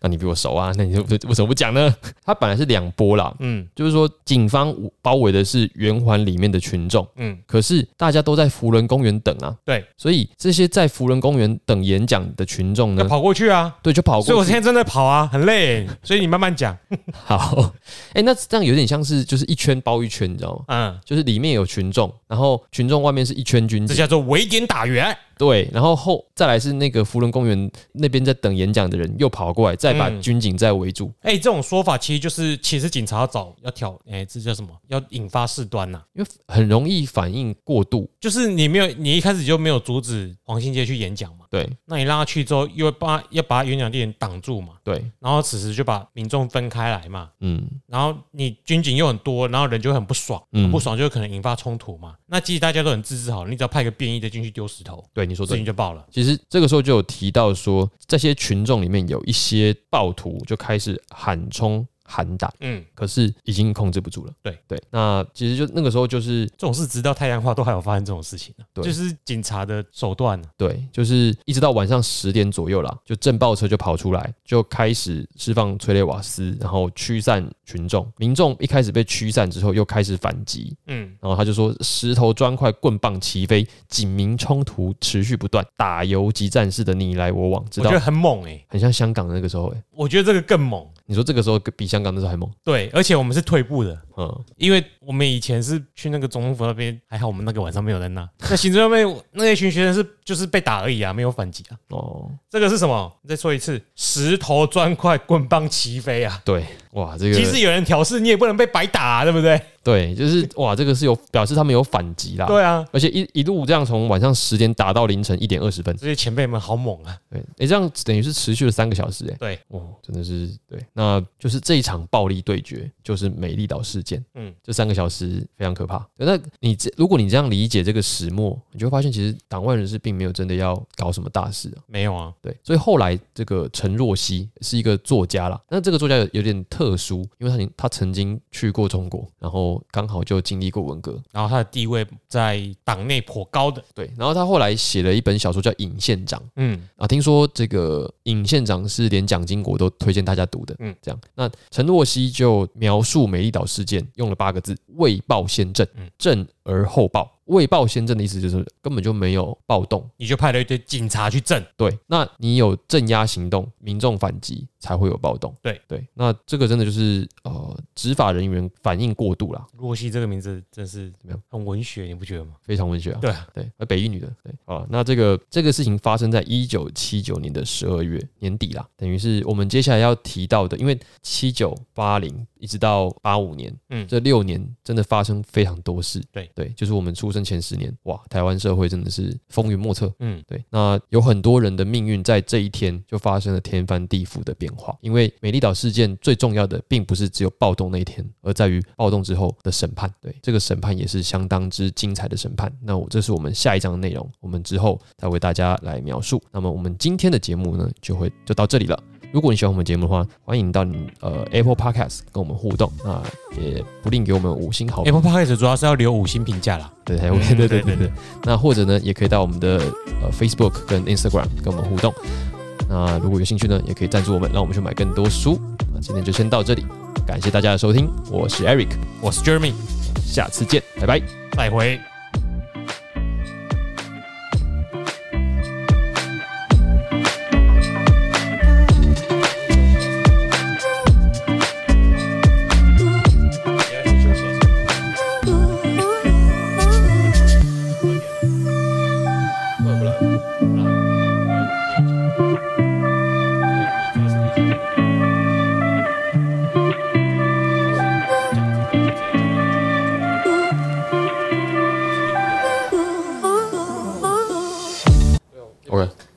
那你比我熟啊，那你就为什么不讲呢？ 它本来是两波啦，嗯就是说警方包围的是圆环里面的群众，嗯，可是大家都在福伦公园等啊，对，所以这些在福伦公园等演讲的群众要呢，跑过去啊。对，就嗯跑所以我过现去。在正在跑啊，很累，所以你慢慢讲。 好，哎、那这样有点像是就是一圈包一圈，你知道吗？ 嗯，就是里面有群众，然后群众外面是一圈军这警，叫做围点打援。对，然后后再来是那个福伦公园那边在等演讲的人又跑过来，再把嗯军警再围住。哎、这种说法其实就是，其实警察要找要挑，哎、这叫什么？要引发事端呐、因为很容易反应过度，就是你没有，你一开始就没有阻止黄信介去演讲嘛，对那你让他去之后，又把要把他演讲地点挡住嘛，对，然后此时就把民众分开来嘛，嗯然后你军警又很多，然后人就会很不爽，嗯很不爽就可能引发冲突嘛。那其实大家都很自制好，你只要派个便衣的进去丢石头，对，你说事对情。就爆了。其实这个时候就有提到说，这些群众里面有一些暴徒就开始喊冲喊打，嗯，可是已经控制不住了。对对，那其实就那个时候就是这种事直到太阳花都还有发生这种事情、啊，对就是警察的手段、啊。对，就是一直到晚上十点左右啦，就震爆车就跑出来，就开始释放催泪瓦斯，然后驱散群众。民众一开始被驱散之后，又开始反击，嗯，然后他就说石头、砖块、棍棒齐飞，警民冲突持续不断，打游击战式的你来我往，直我到觉得很猛哎、很像香港的那个时候、欸。我觉得这个更猛。你说这个时候比香港那时候还猛？对，而且我们是退步的，嗯，因为我们以前是去那个总统府那边，还好我们那个晚上没有人那。 那行政院那一群学生是就是被打而已啊，没有反击啊。哦，这个是什么？你再说一次，石头、砖块、棍棒齐飞啊！对，哇，这个即使有人挑事，你也不能被白打、啊，对不对？对，就是哇，这个是有表示他们有反击啦。对啊，而且一一路这样从晚上十点打到凌晨一点二十分，这些前辈们好猛啊！对，哎、这样等于是持续了三个小时、诶，哎，对，哦，真的是对，那就是这一场暴力对决，就是美丽岛事件，嗯嗯，这三个小时非常可怕。对那你这如果你这样理解这个始末，你就会发现其实党外人士并没有真的要搞什么大事啊。没有啊，对，所以后来这个陈若曦是一个作家啦，那这个作家有有点特殊，因为他曾他曾经去过中国，然后刚好就经历过文革，然后他的地位在党内颇高的，对，然后他后来写了一本小说叫《尹县长》。嗯，啊，听说这个尹县长是连蒋经国都推荐大家读的，嗯嗯，这样。那陈若曦就描述美丽岛事件用了八个字：未报先正嗯，正而后报。未报先正的意思就是根本就没有暴动，你就派了一堆警察去镇，对，那你有镇压行动，民众反击才会有暴动，对对。那这个真的就是呃，执法人员反应过度啦，若曦这个名字真是么样很文学，你不觉得吗？非常文学啊，对啊对，呃，北一女的，对啊，那这个这个事情发生在一九七九年的十二月年底啦，等于是我们接下来要提到的，因为七九八零一直到八五年，嗯这六年真的发生非常多事，对对，就是我们出生前十年，哇，台湾社会真的是风云莫测，嗯，对，那有很多人的命运在这一天就发生了天翻地覆的变化，因为美丽岛事件最重要的并不是只有暴动那一天，而在于暴动之后的审判。对，这个审判也是相当之精彩的审判。那我这是我们下一章的内容，我们之后再为大家来描述。那么我们今天的节目呢，就会就到这里了。如果你喜欢我们节目的话，欢迎到你呃 Apple Podcast 跟我们互动，那也不吝给我们五星好评。嗯 Apple Podcast 主要是要留五星评价啦，对对嗯对对对对对对。那或者呢，也可以到我们的呃 Facebook 跟 Instagram 跟我们互动。那如果有兴趣呢，也可以赞助我们，让我们去买更多书。那今天就先到这里，感谢大家的收听，我是 Eric，我是 Jeremy，下次见，拜拜。再回。